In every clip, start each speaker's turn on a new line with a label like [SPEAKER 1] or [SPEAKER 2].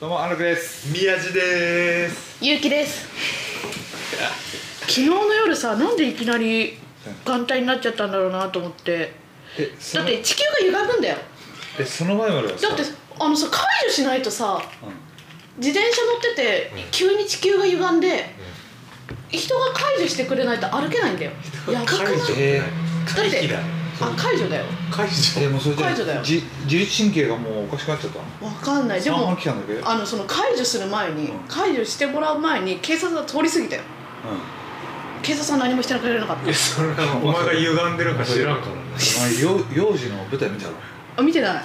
[SPEAKER 1] どうも安楽です
[SPEAKER 2] 宮地です
[SPEAKER 3] ゆうきです昨日の夜さなんでいきなり眼帯になっちゃったんだろうなと思って
[SPEAKER 1] えそ
[SPEAKER 3] だっ
[SPEAKER 1] の
[SPEAKER 3] て地球が歪むんだよ
[SPEAKER 1] えその前までは
[SPEAKER 3] だってあのさ解除しないとさ自転車乗ってて急に地球が歪んで人が解除してくれないと歩けないんだよやばくない
[SPEAKER 2] 解除
[SPEAKER 3] だ
[SPEAKER 1] え
[SPEAKER 3] っ
[SPEAKER 2] 回避
[SPEAKER 3] て
[SPEAKER 2] だ
[SPEAKER 3] あ解除だよ
[SPEAKER 2] 解除
[SPEAKER 1] ー、でもそれじゃ
[SPEAKER 3] 解除だよ
[SPEAKER 1] じ自律神経がもうおかしくなっちゃったの
[SPEAKER 3] わかんないで
[SPEAKER 1] 三半
[SPEAKER 3] も
[SPEAKER 1] 期間だけうん
[SPEAKER 3] あのその解除する前に
[SPEAKER 1] うん
[SPEAKER 3] 解除してもらう前に警察が通り過ぎたよ警察は何もしてくれなかっ
[SPEAKER 2] いやそれは
[SPEAKER 1] お前
[SPEAKER 2] お前
[SPEAKER 1] が
[SPEAKER 2] が歪んでる
[SPEAKER 1] か
[SPEAKER 2] か
[SPEAKER 1] 知
[SPEAKER 2] 知
[SPEAKER 1] ら
[SPEAKER 2] ら
[SPEAKER 1] ん
[SPEAKER 2] ん
[SPEAKER 1] か
[SPEAKER 2] からら
[SPEAKER 3] た
[SPEAKER 1] お前幼幼児の舞台見たの
[SPEAKER 3] あ見てない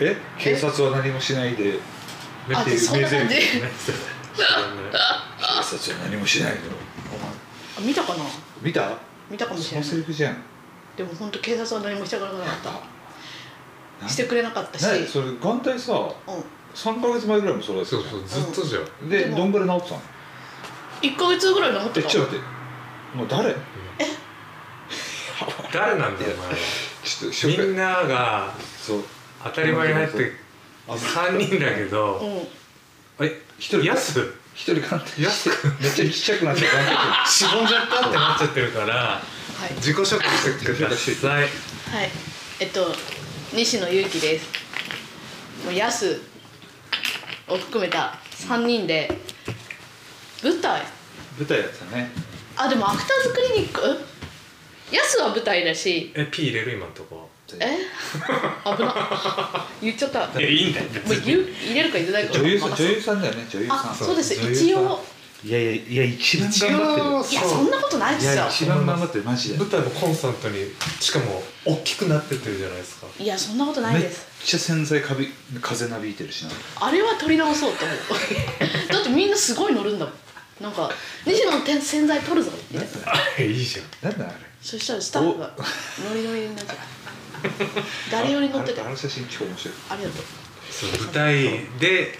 [SPEAKER 1] え警察は何もしないで警
[SPEAKER 3] あ
[SPEAKER 2] ね
[SPEAKER 3] そんな感じ
[SPEAKER 2] 知らない
[SPEAKER 1] 察は何もしないのお前
[SPEAKER 3] あ見たかな
[SPEAKER 1] 見た
[SPEAKER 3] 見たかもし
[SPEAKER 1] そ
[SPEAKER 3] れ
[SPEAKER 1] の
[SPEAKER 3] ない
[SPEAKER 1] セリフじゃん
[SPEAKER 3] でも本当警察は何もしてくれなかっ
[SPEAKER 1] な
[SPEAKER 3] たしてくれなかったし、
[SPEAKER 1] なそれ眼帯さ
[SPEAKER 3] う
[SPEAKER 1] 三ヶ月前ぐらいもそれだったじ
[SPEAKER 2] そ
[SPEAKER 1] ゃ
[SPEAKER 2] うんそうずっとじゃん
[SPEAKER 3] ん、
[SPEAKER 1] で
[SPEAKER 3] でも
[SPEAKER 1] どんぐらい治ったの
[SPEAKER 3] 1か月ぐらい治っ
[SPEAKER 1] え
[SPEAKER 3] てた
[SPEAKER 1] ちょっと待ってもう誰ちょ
[SPEAKER 2] 誰なんだよ
[SPEAKER 1] っと
[SPEAKER 2] お
[SPEAKER 1] 紹
[SPEAKER 2] 前
[SPEAKER 1] 介
[SPEAKER 2] みんなが
[SPEAKER 1] そう
[SPEAKER 2] 当たり前に入って
[SPEAKER 1] あ
[SPEAKER 2] 三人だけ
[SPEAKER 3] う
[SPEAKER 2] ど
[SPEAKER 3] ん、
[SPEAKER 2] え
[SPEAKER 1] 一人
[SPEAKER 2] やす
[SPEAKER 1] 一人鑑定してめっちゃちっちゃくなっちゃう
[SPEAKER 2] しぼんじゃったってなっちゃってるから
[SPEAKER 3] はい
[SPEAKER 2] 自己紹介してください
[SPEAKER 3] はいえっと西野祐希ですもうヤスを含めた3人で舞台
[SPEAKER 1] 舞台やったね
[SPEAKER 3] あでもアクターズクリニックヤスは舞台だし
[SPEAKER 2] え P 入れる今のとこ
[SPEAKER 3] え危な言っちゃったも
[SPEAKER 2] いやいいんだよ別
[SPEAKER 3] う
[SPEAKER 2] に
[SPEAKER 3] 言う入れるか入れないか
[SPEAKER 1] 女優さん
[SPEAKER 3] 任
[SPEAKER 1] 女
[SPEAKER 3] せ
[SPEAKER 1] 優さんだよね女優さ
[SPEAKER 3] あ
[SPEAKER 1] ん
[SPEAKER 3] そうです
[SPEAKER 1] 女優さん
[SPEAKER 3] 一応
[SPEAKER 1] いやいやいや一番
[SPEAKER 2] 一
[SPEAKER 1] 頑張
[SPEAKER 2] 応
[SPEAKER 1] っ
[SPEAKER 3] いやそんなことないで
[SPEAKER 1] てるい
[SPEAKER 3] すよ
[SPEAKER 1] や一番頑張ってるマジで
[SPEAKER 2] 舞台もコンスタントにしかも大きくなってってるじゃないですか
[SPEAKER 3] いやそんなことない
[SPEAKER 1] めっ
[SPEAKER 3] です
[SPEAKER 1] ちゃ潜在かび風なびいてるしな
[SPEAKER 3] あれは取り直そうと思う だってみんなすごい乗るんだもんなんか西野の天洗剤取るぞみたいな
[SPEAKER 2] あ いいじゃん
[SPEAKER 1] なんだあれ
[SPEAKER 3] そしたらスタッフがノリノリになっちゃう誰より乗ってて
[SPEAKER 1] あ
[SPEAKER 3] あ
[SPEAKER 1] のあの写真超面白い
[SPEAKER 3] りがとう
[SPEAKER 2] そう舞台で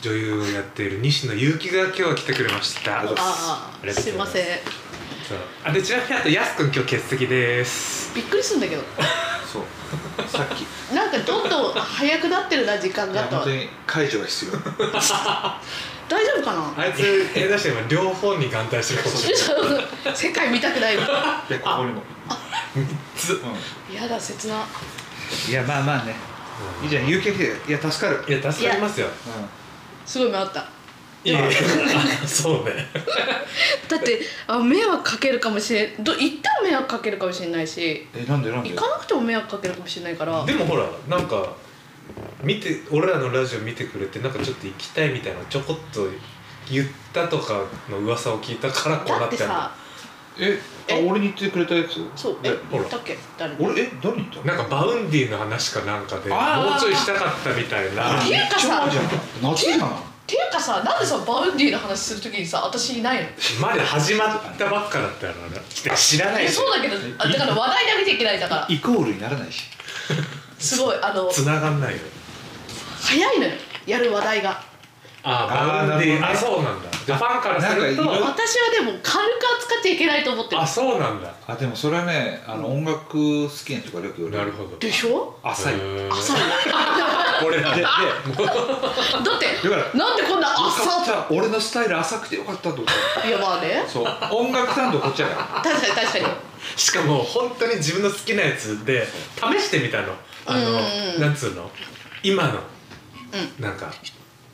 [SPEAKER 2] 女優をやっている西野祐希が今日は来てくれました
[SPEAKER 1] ありがとうござい
[SPEAKER 3] あ
[SPEAKER 2] あり
[SPEAKER 3] あ
[SPEAKER 2] が
[SPEAKER 3] す
[SPEAKER 2] と
[SPEAKER 3] いう
[SPEAKER 2] ご
[SPEAKER 3] ま
[SPEAKER 2] ざ
[SPEAKER 3] せん
[SPEAKER 2] いますそうあでちなみにあとやすくん今日欠席です
[SPEAKER 3] びっくりするんだけど
[SPEAKER 1] そうさっきい
[SPEAKER 3] なんかどんどん早くなってるな時間が
[SPEAKER 1] や
[SPEAKER 3] と
[SPEAKER 1] 本当に解除が必要
[SPEAKER 3] 大丈夫かな
[SPEAKER 2] あいつえ出して今両方に眼帯してるかもしれない
[SPEAKER 3] 嘘世界見たくないや
[SPEAKER 1] でここにも
[SPEAKER 2] つ
[SPEAKER 3] だ切な
[SPEAKER 1] うんいやまあまあねいいじゃん有給来ていや助かる
[SPEAKER 2] いや助かりますよ
[SPEAKER 1] う
[SPEAKER 3] すごい目あった
[SPEAKER 2] いやいや あそうね
[SPEAKER 3] だってあ迷惑かけるかもしれんど行ったら迷惑かけるかもしれないし
[SPEAKER 1] んえなんでなんで
[SPEAKER 3] 行かなくても迷惑かけるかもしれないから
[SPEAKER 2] でもほらなんか見て俺らのラジオ見てくれてなんかちょっと行きたいみたいなのちょこっと言ったとかの噂を聞いたからこう
[SPEAKER 3] だ
[SPEAKER 2] な
[SPEAKER 3] っ
[SPEAKER 2] ってちゃうの
[SPEAKER 3] さ
[SPEAKER 1] えあ
[SPEAKER 3] え
[SPEAKER 1] 俺に言ってくれたやつ
[SPEAKER 3] そう
[SPEAKER 2] い
[SPEAKER 3] え
[SPEAKER 2] やほら
[SPEAKER 3] 言ったっけ誰に
[SPEAKER 1] 俺え誰に言った
[SPEAKER 2] なんかバウンディの話かなんかでも
[SPEAKER 1] あー
[SPEAKER 2] うちょいしたかったみたいな
[SPEAKER 3] ていうかさ
[SPEAKER 1] 超じゃん夏じゃん
[SPEAKER 3] ていうかさなんでさバウンディの話するときにさ私いないの
[SPEAKER 2] まだ始まったばっかだったよな知らないい
[SPEAKER 3] や
[SPEAKER 2] し
[SPEAKER 3] そうだけどあだから話題であげちゃいけないんだから
[SPEAKER 1] イコールにならないし
[SPEAKER 3] すごいあの
[SPEAKER 2] 繋がんないよ
[SPEAKER 3] 早いのよやる話題が
[SPEAKER 2] あーバウンディ
[SPEAKER 1] あーな
[SPEAKER 2] あ
[SPEAKER 1] る
[SPEAKER 2] そうなんだファンからする
[SPEAKER 1] なんかい
[SPEAKER 2] と
[SPEAKER 3] 私はでも軽く扱っちゃいけないと思ってる
[SPEAKER 2] あそうなんだ
[SPEAKER 1] あでもそれはねあの音楽好きな人からよく言われ
[SPEAKER 2] な
[SPEAKER 1] る
[SPEAKER 2] るほど
[SPEAKER 3] でしょ
[SPEAKER 1] 浅い
[SPEAKER 2] へ
[SPEAKER 1] で
[SPEAKER 2] ー
[SPEAKER 3] 浅い
[SPEAKER 2] 俺ら
[SPEAKER 1] で
[SPEAKER 2] で
[SPEAKER 3] だって
[SPEAKER 1] だから
[SPEAKER 3] なんでこんな
[SPEAKER 1] よかっ
[SPEAKER 3] 浅
[SPEAKER 1] た俺のスタイル浅くてよかったと思っ
[SPEAKER 3] いやまあね
[SPEAKER 1] たそう音楽担当こっちやか
[SPEAKER 3] 確かに確かに
[SPEAKER 2] しかも本当に自分の好きなやつで試してみたのあ
[SPEAKER 3] うんうんう
[SPEAKER 2] の
[SPEAKER 3] ん
[SPEAKER 2] なんつうの今のなんか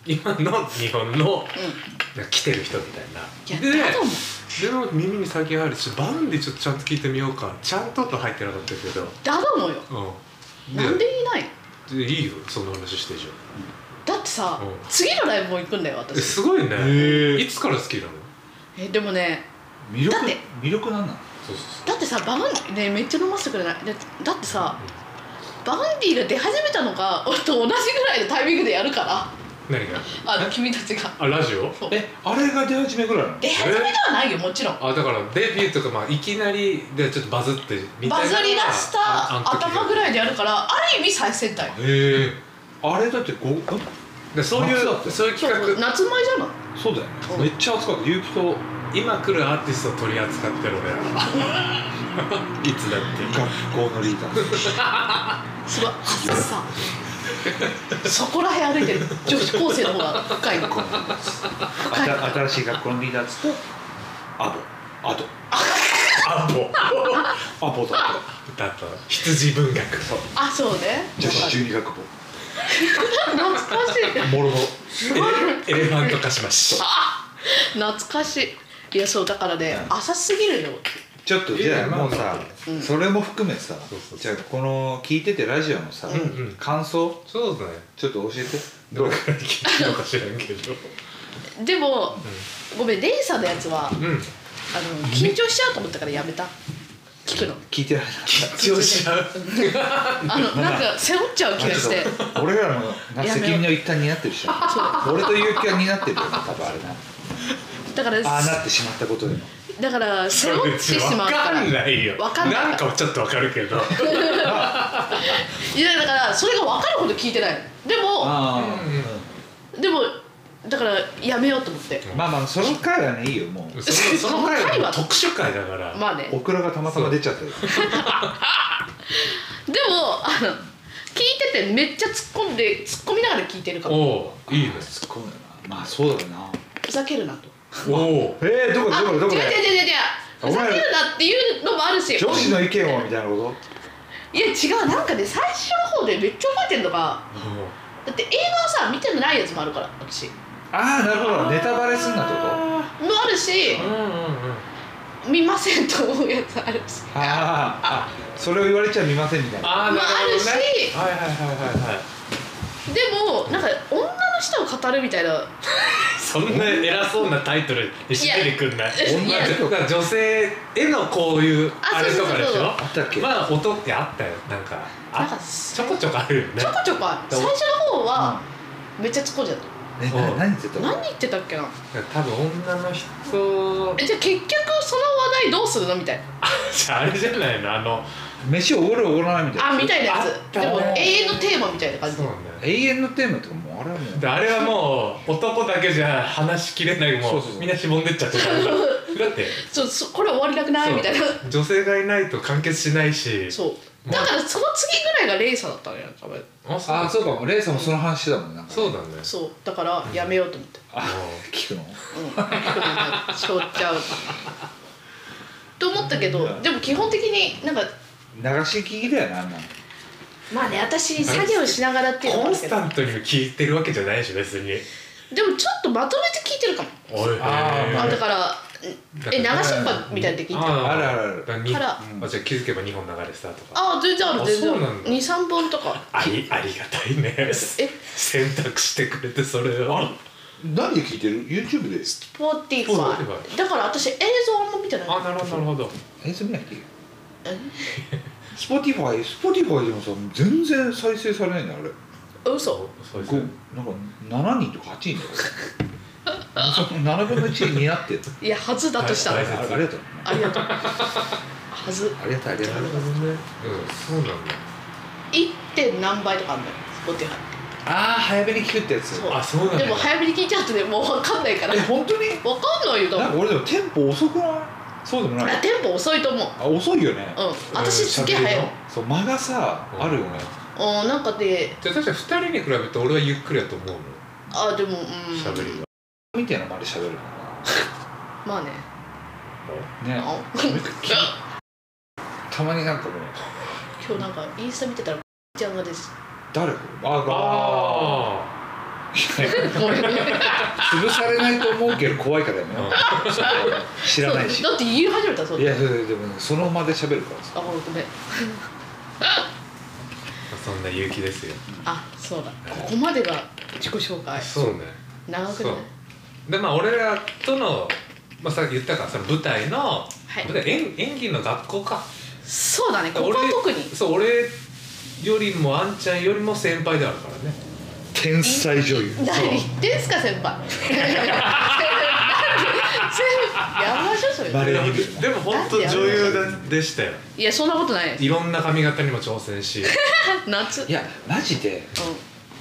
[SPEAKER 2] 今の日本の
[SPEAKER 3] う
[SPEAKER 2] なんか来てる人みたいな。
[SPEAKER 3] んうんいやだと思う
[SPEAKER 2] でも耳に先があるしバウンでちょっとちゃんと聞いてみようかちゃんとと入ってなかったけど
[SPEAKER 3] だと思うよ
[SPEAKER 2] うん
[SPEAKER 3] なんでいない
[SPEAKER 2] でいいよその話してじゃ
[SPEAKER 3] だってさ
[SPEAKER 2] うん
[SPEAKER 3] 次のライブも行くんだよ
[SPEAKER 2] んえ
[SPEAKER 3] 私
[SPEAKER 2] すごいね、
[SPEAKER 1] へえ
[SPEAKER 2] いつから好きなの
[SPEAKER 3] えでもね
[SPEAKER 1] ら魅力
[SPEAKER 3] だって
[SPEAKER 1] 魅力なんなの
[SPEAKER 2] そうそ
[SPEAKER 3] だってさバウンねめっちゃ飲ませてくれないでだってさバウンディが出始めたのが俺と同じぐらいのタイミングでやるから
[SPEAKER 2] う何が
[SPEAKER 3] あの君たちが
[SPEAKER 2] あラジオ
[SPEAKER 1] えあれが出始めぐらいなの
[SPEAKER 3] 出始めではないよもちろん
[SPEAKER 2] あだからデビューとかまあいきなりでちょっとバズってみた
[SPEAKER 3] バ
[SPEAKER 2] い
[SPEAKER 3] ズ
[SPEAKER 2] な
[SPEAKER 3] り出した頭ぐ
[SPEAKER 2] い
[SPEAKER 3] らいでやるからある意味最先端
[SPEAKER 1] へえあれだってごん
[SPEAKER 2] でそうい
[SPEAKER 1] 夏だった
[SPEAKER 2] うそういう
[SPEAKER 3] そう
[SPEAKER 2] 企画
[SPEAKER 3] 夏前じゃない
[SPEAKER 1] そうだよ
[SPEAKER 3] そう
[SPEAKER 1] ねめっちゃ暑かった結城と
[SPEAKER 2] 今来るアーティストを取り扱ってる俺 らいつだって
[SPEAKER 1] 学校のリーダー
[SPEAKER 3] すごい朝さ そこら辺歩いてる女子高生の方が深いの
[SPEAKER 1] あた新しい学校のリーダーっつとアボアド
[SPEAKER 2] アボ
[SPEAKER 1] アボだ
[SPEAKER 2] だと羊文学
[SPEAKER 3] あそうね
[SPEAKER 1] 女子十二学部
[SPEAKER 3] 懐かしい
[SPEAKER 1] もろもろ
[SPEAKER 2] エレエレファント化しまし
[SPEAKER 3] 懐かしいいやそうだからね、
[SPEAKER 1] うん
[SPEAKER 3] 浅すぎるよ
[SPEAKER 1] ちょっと
[SPEAKER 2] い
[SPEAKER 1] じ
[SPEAKER 2] やい
[SPEAKER 1] ゃ
[SPEAKER 2] や
[SPEAKER 1] あ
[SPEAKER 2] まあ
[SPEAKER 1] もうさ
[SPEAKER 3] うん
[SPEAKER 1] それも含めさ
[SPEAKER 2] そうそうそう
[SPEAKER 1] じゃあこの聞いててラジオのさ
[SPEAKER 3] うん
[SPEAKER 2] うん
[SPEAKER 1] 感想
[SPEAKER 2] そうだね
[SPEAKER 1] ちょっと教えて
[SPEAKER 2] どうから聞いたのか知らんけど
[SPEAKER 3] でもごめんレイさんのやつはあ
[SPEAKER 2] うん、うん、
[SPEAKER 3] の緊張しちゃうと思ったからやめた聞くの
[SPEAKER 1] 聞いてられなかった
[SPEAKER 2] 緊張しちゃう
[SPEAKER 3] あのなんか背負っちゃう気がして
[SPEAKER 1] あちょっと俺らのな
[SPEAKER 3] やめよう
[SPEAKER 1] 責任の一端になってるじゃん俺と結城は担ってるよね多分あれな
[SPEAKER 3] だから
[SPEAKER 1] ああなってしまったことでも
[SPEAKER 3] だから背負ってしまうか
[SPEAKER 2] わからんないよ
[SPEAKER 3] わかんない
[SPEAKER 2] んかはちょっとわかるけど
[SPEAKER 3] いやだからそれが分かるほど聞いてないのでも
[SPEAKER 1] あ
[SPEAKER 2] うん
[SPEAKER 3] でもだからやめようと思って
[SPEAKER 1] あまあまあその回はねいいよもう
[SPEAKER 2] そのその回
[SPEAKER 3] その回
[SPEAKER 2] は
[SPEAKER 3] は
[SPEAKER 2] 特殊回だから、
[SPEAKER 3] まあねで
[SPEAKER 1] オ
[SPEAKER 3] も
[SPEAKER 1] クラがたまたま出ちゃったよ
[SPEAKER 3] あの聞いててめっちゃ突っ込んで突っ込みながら聞いてるから
[SPEAKER 2] おおいいね
[SPEAKER 1] 突っ込むよなまあそうだよな
[SPEAKER 3] ふざけるなと
[SPEAKER 2] おお
[SPEAKER 1] えー、どこ
[SPEAKER 3] あ
[SPEAKER 1] どこどこ
[SPEAKER 3] 違う違う違う違うふざけるなっていうのもあるし
[SPEAKER 1] 女子の意見をみたいなこ
[SPEAKER 3] いや違うなんかね最初の方でめっちゃ覚えてるのがだって映画をさ見てないやつもあるから私も
[SPEAKER 1] とああなるほどネタバレすんなってこと
[SPEAKER 3] あるし
[SPEAKER 2] うんうんうん
[SPEAKER 3] 見ませんと思うやつあるし
[SPEAKER 1] あああそれを言われちゃ見ませんみたいな
[SPEAKER 2] あーなる
[SPEAKER 3] まああ
[SPEAKER 2] ほ
[SPEAKER 3] る
[SPEAKER 2] ど
[SPEAKER 3] し
[SPEAKER 2] ねはいはいはいはいはい
[SPEAKER 3] でもなんか女の人を語るみたいな
[SPEAKER 2] そんな偉そうなタイトルにしてくんない
[SPEAKER 3] いや
[SPEAKER 2] 女とか女性へのこういう
[SPEAKER 3] あ
[SPEAKER 2] あれとかでし
[SPEAKER 3] そうそう
[SPEAKER 2] ょ
[SPEAKER 1] あったっけ、
[SPEAKER 2] まあ音ってあったよなんか
[SPEAKER 3] なんか
[SPEAKER 2] あちょこちょこあるよね
[SPEAKER 3] ちょこちょこある
[SPEAKER 2] どう
[SPEAKER 3] 最初の方はめっちゃ突っ込んじゃった
[SPEAKER 1] うんねな何言ってた
[SPEAKER 3] 何言ってたっけな
[SPEAKER 2] 多分女の人
[SPEAKER 3] えじゃあ結局その話題どうするのみたいな
[SPEAKER 2] じゃああれじゃないのあの
[SPEAKER 1] 飯をおごるおごらないみたいな
[SPEAKER 3] あみたいなや
[SPEAKER 2] あっ
[SPEAKER 3] つ
[SPEAKER 2] た
[SPEAKER 3] で
[SPEAKER 2] ね
[SPEAKER 3] も永遠のテーマみたいな感じ
[SPEAKER 2] そうなんだよ
[SPEAKER 1] 永遠のテーマとかもうあれはもう
[SPEAKER 2] であれはもう男だけじゃ話しきれないも
[SPEAKER 1] そううそうそう
[SPEAKER 2] みんなしぼんでっちゃってるからだって
[SPEAKER 3] そうそこれ終わりなくないみたいな
[SPEAKER 2] そう女性がいないと完結しないし
[SPEAKER 3] そうだからその次ぐらいがレイサだったのよなんか
[SPEAKER 2] あそう
[SPEAKER 1] ああそうかもレイさんもその話してたもんなんか
[SPEAKER 2] そうだね
[SPEAKER 3] そうだからやめようと思って
[SPEAKER 1] あ
[SPEAKER 2] も
[SPEAKER 1] 聞くの
[SPEAKER 3] うんしょっちゃうと思ったけどでも基本的になんか
[SPEAKER 1] 流し聞きだよなあんなの
[SPEAKER 3] まあね私作業しながらっていうの
[SPEAKER 2] う
[SPEAKER 3] もあ
[SPEAKER 2] コン
[SPEAKER 3] るけ
[SPEAKER 2] ス
[SPEAKER 3] ど
[SPEAKER 2] タントに聞いてるわけじゃないし別に
[SPEAKER 3] でもちょっとまとめて聞いてるかも
[SPEAKER 2] おい
[SPEAKER 1] あー
[SPEAKER 2] へー
[SPEAKER 3] あだからえ流しっぱみたいな時聞いてる
[SPEAKER 2] あ
[SPEAKER 1] あるあるある
[SPEAKER 2] だからに
[SPEAKER 3] から
[SPEAKER 2] うんあじゃあ気づけば2本流れてたとか
[SPEAKER 3] ああ全然ある
[SPEAKER 2] あ
[SPEAKER 3] 全然
[SPEAKER 2] そうなんだ
[SPEAKER 3] 23本とか
[SPEAKER 2] ありありがたいね
[SPEAKER 3] え
[SPEAKER 2] 選択してくれてそれを
[SPEAKER 1] 何で聞いてる YouTube で
[SPEAKER 2] 45
[SPEAKER 3] 45だから私映像あんま見てない
[SPEAKER 2] あなるほどなるほど
[SPEAKER 1] えそれ見ないでいいよ Spotify Spotify でもさ全然再生されないんだあれ
[SPEAKER 3] 嘘
[SPEAKER 2] そうです
[SPEAKER 1] ご
[SPEAKER 2] ね
[SPEAKER 1] なんか7人とか8人だよその7分の1になってる
[SPEAKER 3] いやはずだとした
[SPEAKER 1] あ
[SPEAKER 3] ら
[SPEAKER 2] は
[SPEAKER 1] あ
[SPEAKER 2] いはい
[SPEAKER 1] りがとう
[SPEAKER 3] ありがとうはず
[SPEAKER 1] ありがとうありが
[SPEAKER 2] な
[SPEAKER 1] と
[SPEAKER 2] るほど
[SPEAKER 1] う
[SPEAKER 2] ねうんそうなんだ
[SPEAKER 3] 1. 点何倍とかあんのよ Spotify
[SPEAKER 1] ああ早めに聞くってやつ
[SPEAKER 3] そう
[SPEAKER 2] あそうなんだ
[SPEAKER 3] でも早めに聞いちゃうとねもう分かんないから
[SPEAKER 1] え
[SPEAKER 3] 分
[SPEAKER 1] 本当に
[SPEAKER 3] かんないよ多
[SPEAKER 1] なん
[SPEAKER 3] 分
[SPEAKER 1] か俺でもテンポ遅くないそうでもない
[SPEAKER 3] あテンポ遅いと思う
[SPEAKER 1] あ遅いよね
[SPEAKER 3] うん私すげえ早い
[SPEAKER 2] 喋るの
[SPEAKER 1] そう間がさ
[SPEAKER 2] うん
[SPEAKER 1] あるよね
[SPEAKER 3] うんなんかで
[SPEAKER 2] じゃあ確かに2人に比べて俺はゆっくりだと思うの
[SPEAKER 3] あでもうん
[SPEAKER 2] 喋りが
[SPEAKER 1] みたいなまで喋るの
[SPEAKER 3] まあね
[SPEAKER 1] ね
[SPEAKER 3] あ
[SPEAKER 1] たまになんかもう
[SPEAKER 3] 今日なんかインスタ見てたらちゃんがです
[SPEAKER 1] 誰ああ
[SPEAKER 2] あ
[SPEAKER 3] ごめんね
[SPEAKER 1] 潰されないと思うけど怖いからやめようそこは 知らないし
[SPEAKER 3] そうだって言い始めたそう
[SPEAKER 1] いやそれでもその間で喋るからさ
[SPEAKER 3] あごめん
[SPEAKER 2] あそんな勇気ですよ
[SPEAKER 3] あそうだここまでが自己紹介
[SPEAKER 2] そうね
[SPEAKER 3] 長く
[SPEAKER 2] そ
[SPEAKER 3] ないう
[SPEAKER 2] でまあ俺らとのまあさっき言ったからその舞台の
[SPEAKER 3] はい
[SPEAKER 2] 舞台演演技の学校か
[SPEAKER 3] そうだねここは特に
[SPEAKER 2] そう俺よりもあんちゃんよりも先輩であるからね
[SPEAKER 1] 天才女 優
[SPEAKER 3] 誰言ってんすか先輩なんで先輩やめましょうそ
[SPEAKER 1] バ
[SPEAKER 3] れ
[SPEAKER 1] レー
[SPEAKER 2] で
[SPEAKER 1] に
[SPEAKER 2] もでも本当女優だでしたよ
[SPEAKER 3] いやそんなことない
[SPEAKER 2] いろんな髪型にも挑戦し
[SPEAKER 3] 夏
[SPEAKER 1] いやマジで
[SPEAKER 3] う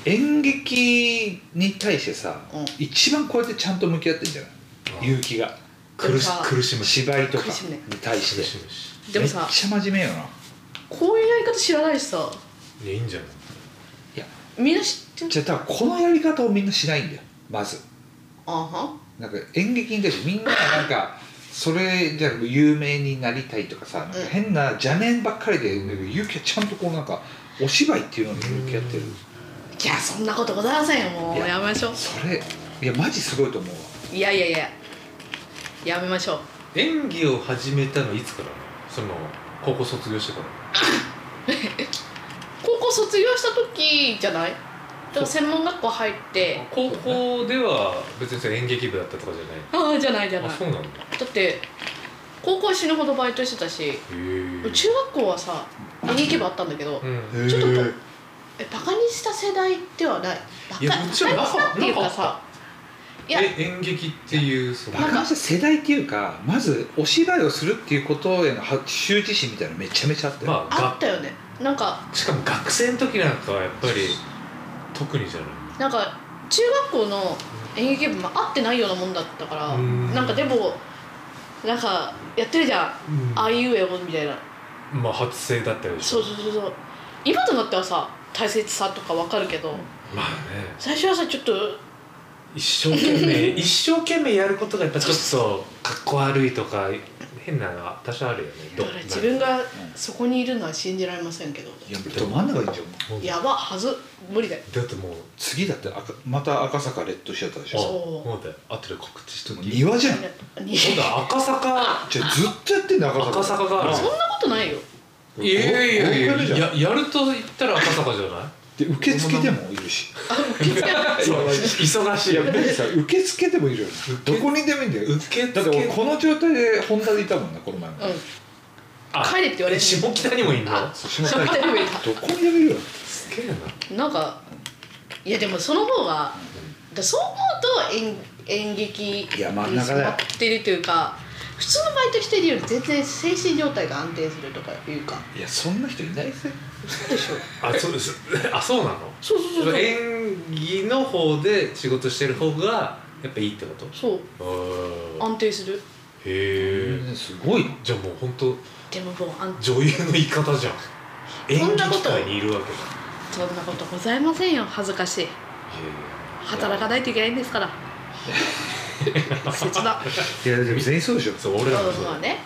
[SPEAKER 1] 演劇に対してさ、
[SPEAKER 3] うん
[SPEAKER 1] 一番こうやってちゃんと向き合ってんじゃない、
[SPEAKER 2] うん
[SPEAKER 1] 勇気が
[SPEAKER 2] 苦し
[SPEAKER 3] なんか
[SPEAKER 2] 苦しむし
[SPEAKER 1] 芝居とか
[SPEAKER 3] 苦しむ
[SPEAKER 1] に
[SPEAKER 3] ね
[SPEAKER 1] 対
[SPEAKER 2] 苦
[SPEAKER 1] して
[SPEAKER 2] しむし
[SPEAKER 3] んでもさ
[SPEAKER 1] めっちゃ真面目よな
[SPEAKER 3] こういうやり方知らないしさ
[SPEAKER 2] いやいいんじゃない
[SPEAKER 1] いや
[SPEAKER 3] みんな知ってる
[SPEAKER 1] じゃあ多分このやり方をみんなしないんだよまず
[SPEAKER 3] あは
[SPEAKER 1] なんか演劇に対してみんななんかそれじゃ有名になりたいとかさなんか変な邪念ばっかりでゆきはちゃんとこうなんかお芝居っていうのに向き合ってる
[SPEAKER 3] いやそんなことございませんよもう
[SPEAKER 1] いや
[SPEAKER 3] やめましょう
[SPEAKER 1] それいやマジすごいと思うわ
[SPEAKER 3] いやいやいややめましょう
[SPEAKER 2] 演技を始めたのいつからなのその高校卒業してから
[SPEAKER 3] 高校卒業した時じゃないでも専門学校入って
[SPEAKER 2] 高校では別にそれ演劇部だったとかじゃない
[SPEAKER 3] ああじゃないじゃない
[SPEAKER 2] あそうなんだへ
[SPEAKER 3] だって高校は死ぬほどバイトしてたし
[SPEAKER 2] え
[SPEAKER 3] 中学校はさ演劇部あったんだけど
[SPEAKER 2] うん
[SPEAKER 3] ちょっとこうえバカにした世代ではないバカ
[SPEAKER 2] いや
[SPEAKER 3] バカ
[SPEAKER 2] も
[SPEAKER 3] に
[SPEAKER 2] ちろん
[SPEAKER 3] したっていうかさいや
[SPEAKER 2] え演劇っていうその
[SPEAKER 1] バカした世代っていうかまずお芝居をするっていうことへの羞恥心みたいなのめちゃめちゃあったよ、
[SPEAKER 2] ま
[SPEAKER 3] あ
[SPEAKER 2] あ
[SPEAKER 3] ったよねなんか
[SPEAKER 2] がしかも学生の時なんかはやっぱり特にじゃない
[SPEAKER 3] なんか中学校の演劇部も合ってないようなもんだったから
[SPEAKER 2] うん
[SPEAKER 3] なんかでもなんかやってるじゃん
[SPEAKER 2] うん
[SPEAKER 3] あいうえおみたいな
[SPEAKER 2] まあ発声だったりでし
[SPEAKER 3] そ
[SPEAKER 2] ょ
[SPEAKER 3] うそうそうそう今となってはさ大切さとかわかるけど
[SPEAKER 2] まあね
[SPEAKER 3] 最初はさちょっと
[SPEAKER 2] 一生懸命一生懸命やることがやっぱちょっとかっこ悪いとか変なのは多少あるよね
[SPEAKER 3] だ
[SPEAKER 2] ど
[SPEAKER 3] から自分がそこにいるのは信じられませんけど
[SPEAKER 1] いやど真ん中にいんじゃん
[SPEAKER 2] なん
[SPEAKER 3] やばはず無理だよ
[SPEAKER 2] だってもう
[SPEAKER 1] 次だって赤また赤坂レッドシアターでし
[SPEAKER 2] あ
[SPEAKER 1] ょ
[SPEAKER 3] そう
[SPEAKER 2] そうだよ後で告知しと
[SPEAKER 1] もう
[SPEAKER 2] き
[SPEAKER 1] 庭じゃん
[SPEAKER 3] に
[SPEAKER 2] 今度は赤坂
[SPEAKER 1] じゃあずっとやってんだ赤坂
[SPEAKER 2] 赤坂があ
[SPEAKER 3] そんなことないよ
[SPEAKER 1] る
[SPEAKER 2] るいやいやい
[SPEAKER 1] ボーカル
[SPEAKER 2] や
[SPEAKER 1] じゃん
[SPEAKER 2] いややると言ったら赤坂じゃない
[SPEAKER 1] で受付でもいるし
[SPEAKER 2] そう忙しい
[SPEAKER 1] いや別にさ受付でもいるよねどこにでもいいんだよ
[SPEAKER 2] 受付
[SPEAKER 1] だって俺この状態で本田でいたもんなこの前も、
[SPEAKER 3] うん
[SPEAKER 2] あ
[SPEAKER 3] 帰れって言われる
[SPEAKER 2] 下北にもいんの
[SPEAKER 3] あ
[SPEAKER 1] 下
[SPEAKER 3] そ
[SPEAKER 1] 北
[SPEAKER 3] う帰ればいいな
[SPEAKER 1] どこにでもいるよ
[SPEAKER 2] すげえな
[SPEAKER 3] なんかいやでもその方がだそう思うと演演劇に
[SPEAKER 1] いや真ん中だよ
[SPEAKER 3] 染まってるというか普通のバイトしてるより全然精神状態が安定するとかいうか
[SPEAKER 1] いやそんな人いないぜ
[SPEAKER 3] でしょ
[SPEAKER 2] あそうですあそうなの
[SPEAKER 3] そうそうそうそう
[SPEAKER 2] 演技の方で仕事してる方がやっぱいいってこと
[SPEAKER 3] そう
[SPEAKER 2] あ
[SPEAKER 3] 安定する
[SPEAKER 2] へえ
[SPEAKER 1] すごいな
[SPEAKER 2] じゃあもう本当
[SPEAKER 3] でももうあん
[SPEAKER 2] 女優の言い方じゃん
[SPEAKER 3] そん
[SPEAKER 2] 演
[SPEAKER 3] なこ
[SPEAKER 2] 劇
[SPEAKER 3] と
[SPEAKER 2] 界にいるわけだ
[SPEAKER 3] そんなことございませんよ恥ずかしい働かないといけないんですから 切ない
[SPEAKER 1] やでも全員そうでしょ
[SPEAKER 2] そう俺らもそう
[SPEAKER 3] まあね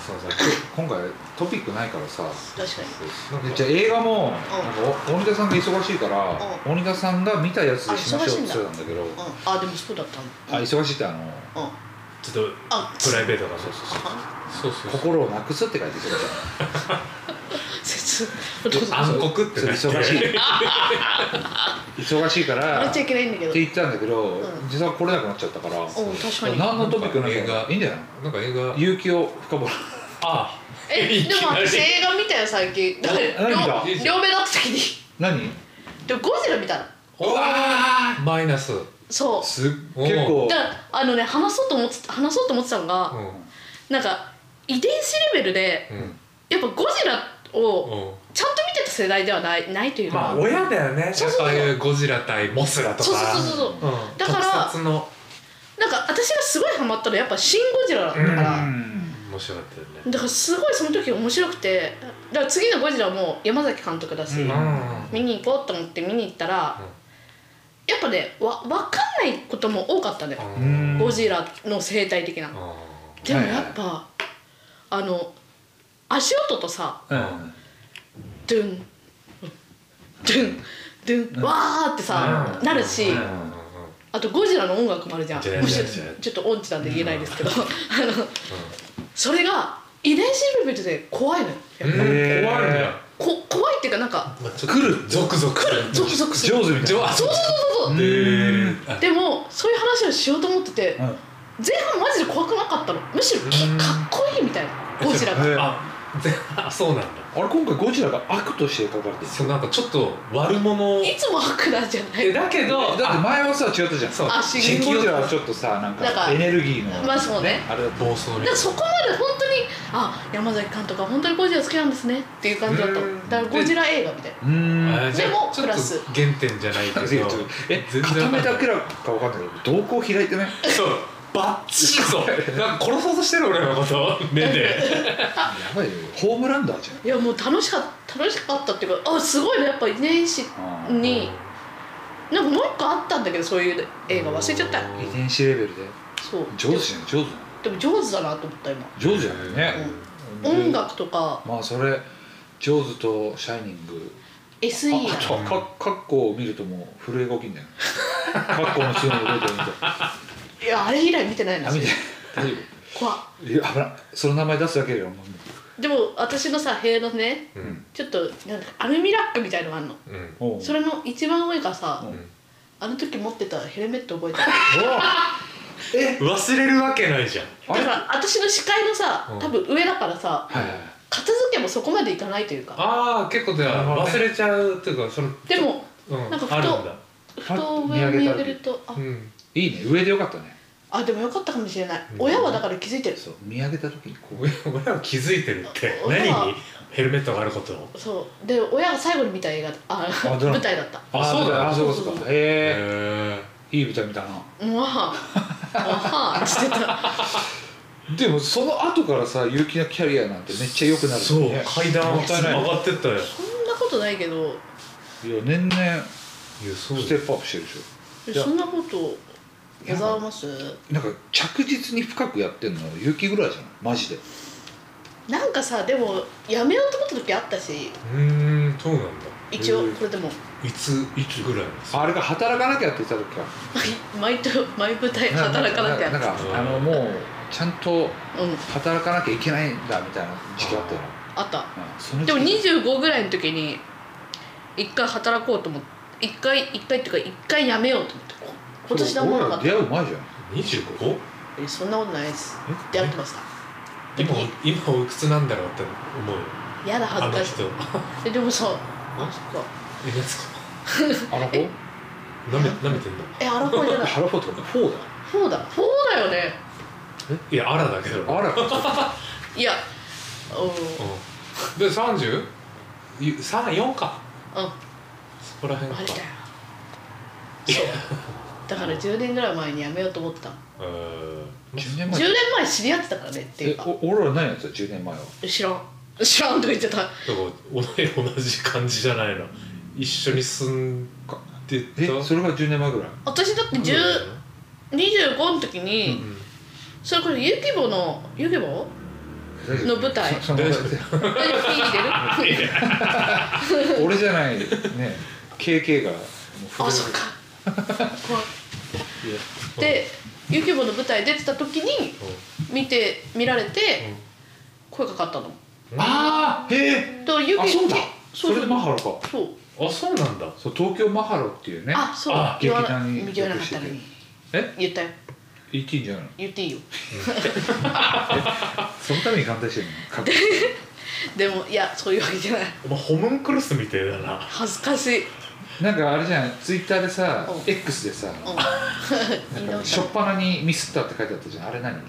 [SPEAKER 1] そうさ今回トピックないからさ
[SPEAKER 3] 確かに
[SPEAKER 2] なんか
[SPEAKER 1] じゃあ映画もなんかお鬼田さんが忙しいから鬼田さんが見たやつでしましょうって言ってたんだけど
[SPEAKER 3] うんあでもそうだった
[SPEAKER 1] あ忙しいってあの
[SPEAKER 3] のうん
[SPEAKER 2] ちょっ
[SPEAKER 3] あ
[SPEAKER 2] とプライベートがそうそうそう
[SPEAKER 3] あ
[SPEAKER 2] そうそうそう
[SPEAKER 1] 心をなくすって書いてくれた
[SPEAKER 3] 切
[SPEAKER 2] 暗黒って
[SPEAKER 1] そう忙しい忙しいから
[SPEAKER 3] 笑っちゃいけないんだけ
[SPEAKER 1] っ
[SPEAKER 3] ど
[SPEAKER 1] て言ってたんだけど、
[SPEAKER 3] ん
[SPEAKER 1] 実は来れなくなっちゃったから、
[SPEAKER 3] うん確かに
[SPEAKER 1] 何のトピックの映
[SPEAKER 2] 映
[SPEAKER 1] 画
[SPEAKER 2] 画
[SPEAKER 1] いいんじゃない
[SPEAKER 2] なんか映画
[SPEAKER 1] 勇気を深掘る
[SPEAKER 2] あ
[SPEAKER 3] えでも私映画見たよ最近だか
[SPEAKER 1] 何
[SPEAKER 3] ら両
[SPEAKER 1] だ
[SPEAKER 3] 両目だった時に
[SPEAKER 1] 何
[SPEAKER 3] でもゴジラ見たの
[SPEAKER 2] うわーマイナスうん
[SPEAKER 3] そ
[SPEAKER 1] すっ
[SPEAKER 2] お
[SPEAKER 1] 結構
[SPEAKER 3] うだからあのね話そうと思ってた話そうと思ってたのが、なんか遺伝子レベルで
[SPEAKER 2] うん
[SPEAKER 3] やっぱゴジラをちゃんと見てた世代ではないないというか、
[SPEAKER 2] まあ親だよね
[SPEAKER 3] そうそうそう
[SPEAKER 2] ああいうゴジラ対モスラとか
[SPEAKER 3] そうそうそうそう
[SPEAKER 2] うん
[SPEAKER 3] だから
[SPEAKER 2] 特撮の
[SPEAKER 3] なんか私がすごいハマったのはやっぱ「シン・ゴジラ」だったか
[SPEAKER 1] う
[SPEAKER 3] ら、
[SPEAKER 1] ん
[SPEAKER 2] 面白かったよね
[SPEAKER 3] だからすごいその時面白くてだから次の「ゴジラ」も山崎監督だし、
[SPEAKER 1] うん
[SPEAKER 3] 見に行こうと思って見に行ったら、
[SPEAKER 2] うん
[SPEAKER 3] やっぱねわ分かんないことも多かったね、
[SPEAKER 2] う
[SPEAKER 1] うん
[SPEAKER 2] ん
[SPEAKER 3] ゴジラの生態的な、
[SPEAKER 2] あ
[SPEAKER 3] でもやっぱ、あの足音とさ
[SPEAKER 1] うん
[SPEAKER 3] ドゥンドゥンドゥン、わーってさ、
[SPEAKER 2] うん
[SPEAKER 3] なるし、
[SPEAKER 2] ー
[SPEAKER 1] ん
[SPEAKER 3] あとゴジラの音楽もあるじゃん
[SPEAKER 2] じゃあ
[SPEAKER 3] もうちょ
[SPEAKER 2] じゃあじゃあ
[SPEAKER 3] ちょっと音痴なんで言えないですけど、あのそれが遺伝子レベルで怖いのよやっぱ
[SPEAKER 2] うん
[SPEAKER 1] へー
[SPEAKER 2] 怖いんだよ
[SPEAKER 3] こ怖いっていうかなんか
[SPEAKER 2] まあちょっと来るゾクゾク来る
[SPEAKER 3] ゾクゾクする
[SPEAKER 1] 上手みたい
[SPEAKER 2] 上
[SPEAKER 1] な
[SPEAKER 2] 手
[SPEAKER 3] そうそうそうそうう、
[SPEAKER 1] ん
[SPEAKER 2] あ
[SPEAKER 3] でもそういう話をしようと思ってて、
[SPEAKER 1] うん
[SPEAKER 3] 前半マジで怖くなかったのむしろき
[SPEAKER 2] うん
[SPEAKER 3] かっこいいみたいなゴジラが
[SPEAKER 1] へえ
[SPEAKER 2] あぜあそうなんだ
[SPEAKER 1] あれ今回ゴジラが悪として書かれてる
[SPEAKER 2] そうなんかちょっと悪者
[SPEAKER 3] いつも悪なんじゃない
[SPEAKER 2] えだけど
[SPEAKER 1] だって
[SPEAKER 2] あ
[SPEAKER 1] 前はさ違ったじゃん
[SPEAKER 2] そう
[SPEAKER 3] あ
[SPEAKER 1] シ
[SPEAKER 3] シ
[SPEAKER 1] ン・
[SPEAKER 3] ン
[SPEAKER 1] ゴ
[SPEAKER 3] ゴ
[SPEAKER 1] ジ
[SPEAKER 3] ジ
[SPEAKER 1] ラ
[SPEAKER 3] ラ
[SPEAKER 1] はちょっとさなん
[SPEAKER 3] なん
[SPEAKER 1] か
[SPEAKER 3] か
[SPEAKER 1] エネルギーの
[SPEAKER 3] まあそうね
[SPEAKER 1] あれだった
[SPEAKER 2] 暴走み
[SPEAKER 3] だか
[SPEAKER 2] たい
[SPEAKER 3] らそこまで本当にあ山崎監督は本当にゴジラ好きなんですねっていう感じだった
[SPEAKER 2] うん
[SPEAKER 3] のだからゴジラ映画みたいな
[SPEAKER 1] うーん
[SPEAKER 2] なあじゃあ
[SPEAKER 3] でも
[SPEAKER 2] ちょ
[SPEAKER 3] プ
[SPEAKER 2] っ
[SPEAKER 3] ラ
[SPEAKER 2] と
[SPEAKER 3] ス
[SPEAKER 2] 原点じゃないけど
[SPEAKER 1] え
[SPEAKER 2] 全然
[SPEAKER 1] 片目だけか分かんないけど瞳孔開いてない
[SPEAKER 2] そうバッチリぞなんか殺そうとしてる俺の こと目で
[SPEAKER 1] やばいよホームランダーじゃん
[SPEAKER 3] いやもう楽しかった楽しかったっていうかあすごいねやっぱ年始
[SPEAKER 1] あー
[SPEAKER 3] になんかもう一個あったんだけどそういう映画忘れちゃったよ
[SPEAKER 1] 遺伝子レベルで
[SPEAKER 3] そう
[SPEAKER 1] 上手じゃん上手
[SPEAKER 3] でも上手だなと思った今
[SPEAKER 1] 上手じゃんね、で
[SPEAKER 3] 音楽とか
[SPEAKER 1] まあそれジョーズとシャイニング
[SPEAKER 3] SE や
[SPEAKER 1] あとはかカッコを見るともう震えが起きんだよカッコのチームのことを見ると
[SPEAKER 3] いやあれ以来見てないな
[SPEAKER 1] あ 見て大丈
[SPEAKER 3] 怖っ
[SPEAKER 1] 夫いや危ないその名前出すだけでよもう
[SPEAKER 3] でも私のさ部屋のね
[SPEAKER 2] うん
[SPEAKER 3] ちょっとなんかアルミラックみたいのがあるの
[SPEAKER 2] うん
[SPEAKER 1] おう
[SPEAKER 3] それの一番上がさ、
[SPEAKER 1] うん
[SPEAKER 3] あの時持ってたヘルメット覚えてる
[SPEAKER 1] おうえ
[SPEAKER 2] 忘れるわけないじゃん
[SPEAKER 1] あ
[SPEAKER 3] だ
[SPEAKER 1] れ
[SPEAKER 3] か
[SPEAKER 1] はい
[SPEAKER 3] ら私の視界のさ
[SPEAKER 2] うん
[SPEAKER 3] 多分上だからさ
[SPEAKER 1] はい
[SPEAKER 3] 片付けもそこまでいかないというか
[SPEAKER 2] ああ結構じゃあ忘れちゃうっていうかその
[SPEAKER 3] でも
[SPEAKER 2] うん
[SPEAKER 3] なんかふと
[SPEAKER 2] あるんだ
[SPEAKER 3] ふと上を見上げるとあ
[SPEAKER 2] うん
[SPEAKER 1] いいね上でよかったね
[SPEAKER 3] あでもよかったかもしれない、
[SPEAKER 2] うん
[SPEAKER 3] 親はだから気づいてる
[SPEAKER 1] そう見上げた時に こう
[SPEAKER 2] 俺俺は気づいてるっ て
[SPEAKER 3] 俺は
[SPEAKER 2] 何にヘルメットがあることを
[SPEAKER 3] そうで親が最後に見た映画あ
[SPEAKER 1] ド ラマ
[SPEAKER 3] 舞台だった
[SPEAKER 2] あそうだ
[SPEAKER 1] あそうかそうかへ
[SPEAKER 2] へ
[SPEAKER 1] えいい舞台見たな
[SPEAKER 3] うわああはあしてた
[SPEAKER 1] でもその後からさ有機なキャリアなんてめっちゃ良くなる
[SPEAKER 2] そう
[SPEAKER 1] ね
[SPEAKER 2] 階段
[SPEAKER 1] もったいない
[SPEAKER 2] 上がってったよ
[SPEAKER 3] そんなことないけど
[SPEAKER 1] いや年々
[SPEAKER 2] いやそう
[SPEAKER 1] ステップアップしてるでし
[SPEAKER 3] え
[SPEAKER 1] いや
[SPEAKER 3] そんなことございます
[SPEAKER 1] ょなんか着実に深くやってんの有機ぐらいじゃないマジで
[SPEAKER 3] なんかさでもやめようと思った時あったし
[SPEAKER 2] うーんそうなんだ
[SPEAKER 3] 一応
[SPEAKER 1] うん
[SPEAKER 3] これでも
[SPEAKER 2] いついつぐらいなんですか
[SPEAKER 1] あれが働かなきゃって言った時か
[SPEAKER 3] 毎毎と毎舞台働かなきゃ
[SPEAKER 1] なん
[SPEAKER 2] うん
[SPEAKER 1] かあのもうちゃんと
[SPEAKER 3] うん
[SPEAKER 1] 働かなきゃいけないんだみたいな時期あったよ
[SPEAKER 3] あった
[SPEAKER 1] うんその
[SPEAKER 3] で
[SPEAKER 1] 時
[SPEAKER 3] も
[SPEAKER 1] 期
[SPEAKER 3] 25ぐらいの時に一回働こうと思って一回一回っていうか一回やめようと思ってこ今年だもんな
[SPEAKER 1] そ
[SPEAKER 3] か
[SPEAKER 1] う
[SPEAKER 3] っ
[SPEAKER 1] 俺
[SPEAKER 3] た
[SPEAKER 1] ら出会う前じゃん
[SPEAKER 2] 25?
[SPEAKER 3] えそんなことないです出会ってました
[SPEAKER 2] 今今おいくつなんだろうって思うよ
[SPEAKER 3] やだ
[SPEAKER 2] あ
[SPEAKER 3] 恥
[SPEAKER 2] の
[SPEAKER 3] ずかしい
[SPEAKER 2] 人
[SPEAKER 3] えでもさ
[SPEAKER 2] あ
[SPEAKER 3] そっか
[SPEAKER 2] えですか
[SPEAKER 1] あの子
[SPEAKER 3] え
[SPEAKER 2] なめなめてんの
[SPEAKER 3] えアラフォーじゃない
[SPEAKER 1] ハロフォーとかフォーだ
[SPEAKER 3] フォーだフォーだよね
[SPEAKER 2] いやあらだけど
[SPEAKER 1] あら
[SPEAKER 3] いや
[SPEAKER 2] うんで 30?34 か
[SPEAKER 3] うんうん
[SPEAKER 2] そこら辺
[SPEAKER 3] あ
[SPEAKER 2] か
[SPEAKER 3] れだよそうだから10年ぐらい前に辞めようと思ってた
[SPEAKER 2] うーん
[SPEAKER 1] 10年前
[SPEAKER 3] 10年前知り合ってたからねってい
[SPEAKER 1] え
[SPEAKER 3] うか
[SPEAKER 1] お俺ら何やってた10年前は
[SPEAKER 3] 知らん知らんとか言ってた
[SPEAKER 2] だから同同じ感じじゃないの一緒に住んでた
[SPEAKER 1] えそれが10年前ぐらい
[SPEAKER 3] 私だって10 25の時
[SPEAKER 2] うん
[SPEAKER 3] に、それこそゆきぼのゆきぼの舞 台
[SPEAKER 1] そその
[SPEAKER 2] 大丈夫
[SPEAKER 3] 大丈夫ピー 入れる
[SPEAKER 1] 俺じゃないね KK がもう
[SPEAKER 3] あそっか怖いでゆきぼの舞台出てた時に見て見られて声かかったの
[SPEAKER 1] ああへえ
[SPEAKER 3] とゆき
[SPEAKER 1] あそうだ
[SPEAKER 3] そ
[SPEAKER 1] そう
[SPEAKER 3] そう
[SPEAKER 1] れでマハロか
[SPEAKER 3] そう
[SPEAKER 2] あそうなんだ
[SPEAKER 1] そう東京マハロっていうね
[SPEAKER 3] あそう
[SPEAKER 2] あ
[SPEAKER 3] 言わな
[SPEAKER 1] 劇団に
[SPEAKER 3] 言わなかったのに
[SPEAKER 1] え
[SPEAKER 3] 言ったよ
[SPEAKER 1] 言っていいんじゃないの
[SPEAKER 3] 言っていいよ
[SPEAKER 1] そのために反対してるの隠
[SPEAKER 3] でもいやそういうわけじゃない
[SPEAKER 2] お前ホムンクルスみたいだな
[SPEAKER 3] 恥ずかしい、うん、
[SPEAKER 1] すなんかあれじゃんツイッターでさ
[SPEAKER 3] うん
[SPEAKER 1] X でさ
[SPEAKER 3] 言い
[SPEAKER 1] なん
[SPEAKER 3] 直
[SPEAKER 1] か
[SPEAKER 3] し
[SPEAKER 1] しょっぱなにミスったって書いてあったじゃんあれ何